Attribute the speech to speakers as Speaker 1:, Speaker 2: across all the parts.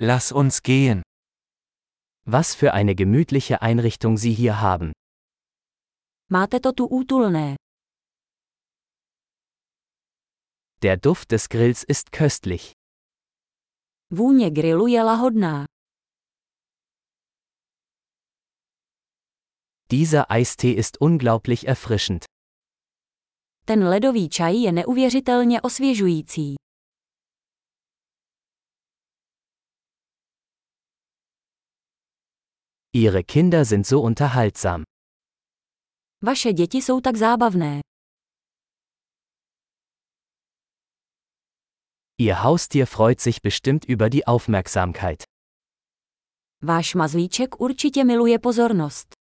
Speaker 1: Lass uns gehen.
Speaker 2: Was für eine gemütliche Einrichtung Sie hier haben.
Speaker 3: Máte to tu útulné.
Speaker 2: Der Duft des Grills ist köstlich.
Speaker 3: Vůně grilu je lahodná.
Speaker 2: Dieser Eistee ist unglaublich erfrischend.
Speaker 3: Ten ledový čaj je neuvěřitelně osvěžující.
Speaker 2: Ihre Kinder sind so unterhaltsam.
Speaker 3: Vaše děti jsou tak zábavné.
Speaker 2: Ihr Haustier freut sich bestimmt über die Aufmerksamkeit.
Speaker 3: Váš mazlíček určitě miluje pozornost.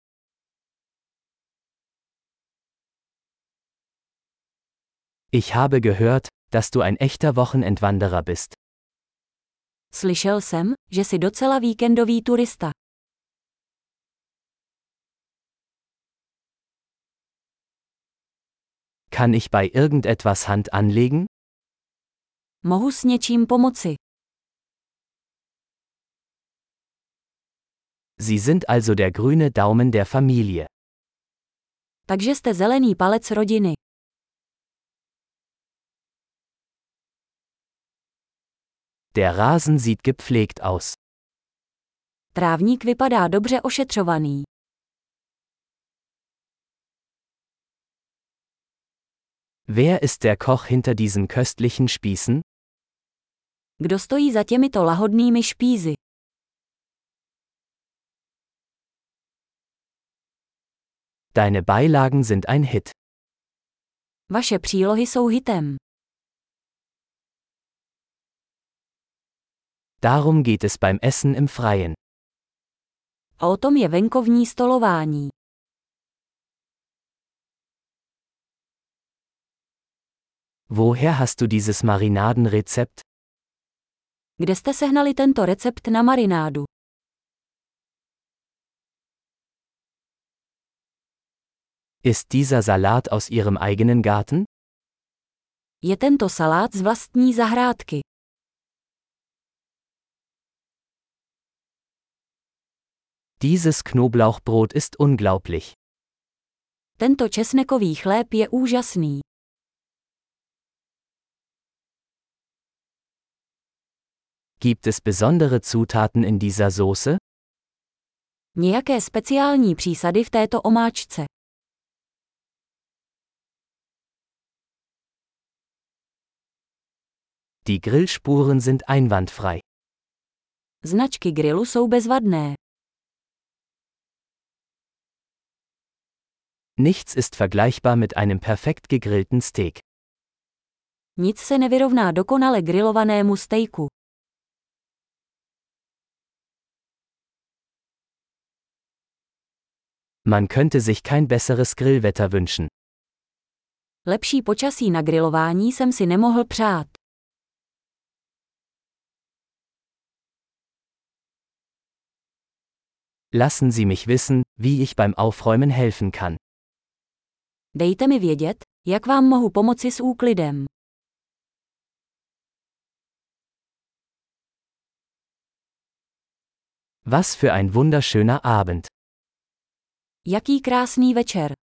Speaker 2: Ich habe gehört, dass du ein echter Wochenendwanderer bist.
Speaker 3: Slyšel jsem, že jsi docela víkendový turista.
Speaker 2: Kann ich bei irgendetwas Hand anlegen?
Speaker 3: Mohu s něčím pomoci.
Speaker 2: Sie sind also der grüne Daumen der Familie.
Speaker 3: Takže jste zelený palec rodiny.
Speaker 2: Der Rasen sieht gepflegt aus.
Speaker 3: Trávník vypadá dobře ošetřovaný.
Speaker 2: Wer ist der Koch hinter diesen köstlichen Spießen?
Speaker 3: Kdo stojí za těmito lahodnými špízy?
Speaker 2: Deine Beilagen sind ein Hit.
Speaker 3: Vaše přílohy jsou hitem.
Speaker 2: Darum geht es beim Essen im Freien.
Speaker 3: A o tom je venkovní stolování.
Speaker 2: Woher hast du dieses Marinadenrezept?
Speaker 3: Kde jste sehnali tento recept na marinádu?
Speaker 2: Ist dieser Salat aus ihrem eigenen Garten?
Speaker 3: Je tento salát z vlastní zahrádky.
Speaker 2: Dieses Knoblauchbrot ist unglaublich.
Speaker 3: Tento česnekový chléb je úžasný.
Speaker 2: Gibt es besondere Zutaten in dieser Soße?
Speaker 3: Nějaké speciální přísady v této omáčce.
Speaker 2: Die Grillspuren sind einwandfrei.
Speaker 3: Značky grilu jsou bezvadné.
Speaker 2: Nichts ist vergleichbar mit einem perfekt gegrillten Steak.
Speaker 3: Nic se nevyrovná dokonale grilovanému stejku.
Speaker 2: Man könnte sich kein besseres Grillwetter wünschen.
Speaker 3: Lepší počasí na grilování jsem si nemohl přát.
Speaker 2: Lassen Sie mich wissen, wie ich beim Aufräumen helfen kann.
Speaker 3: Dejte mi vědět, jak vám mohu pomoci s úklidem.
Speaker 2: Was für ein wunderschöner Abend.
Speaker 3: Jaký krásný večer.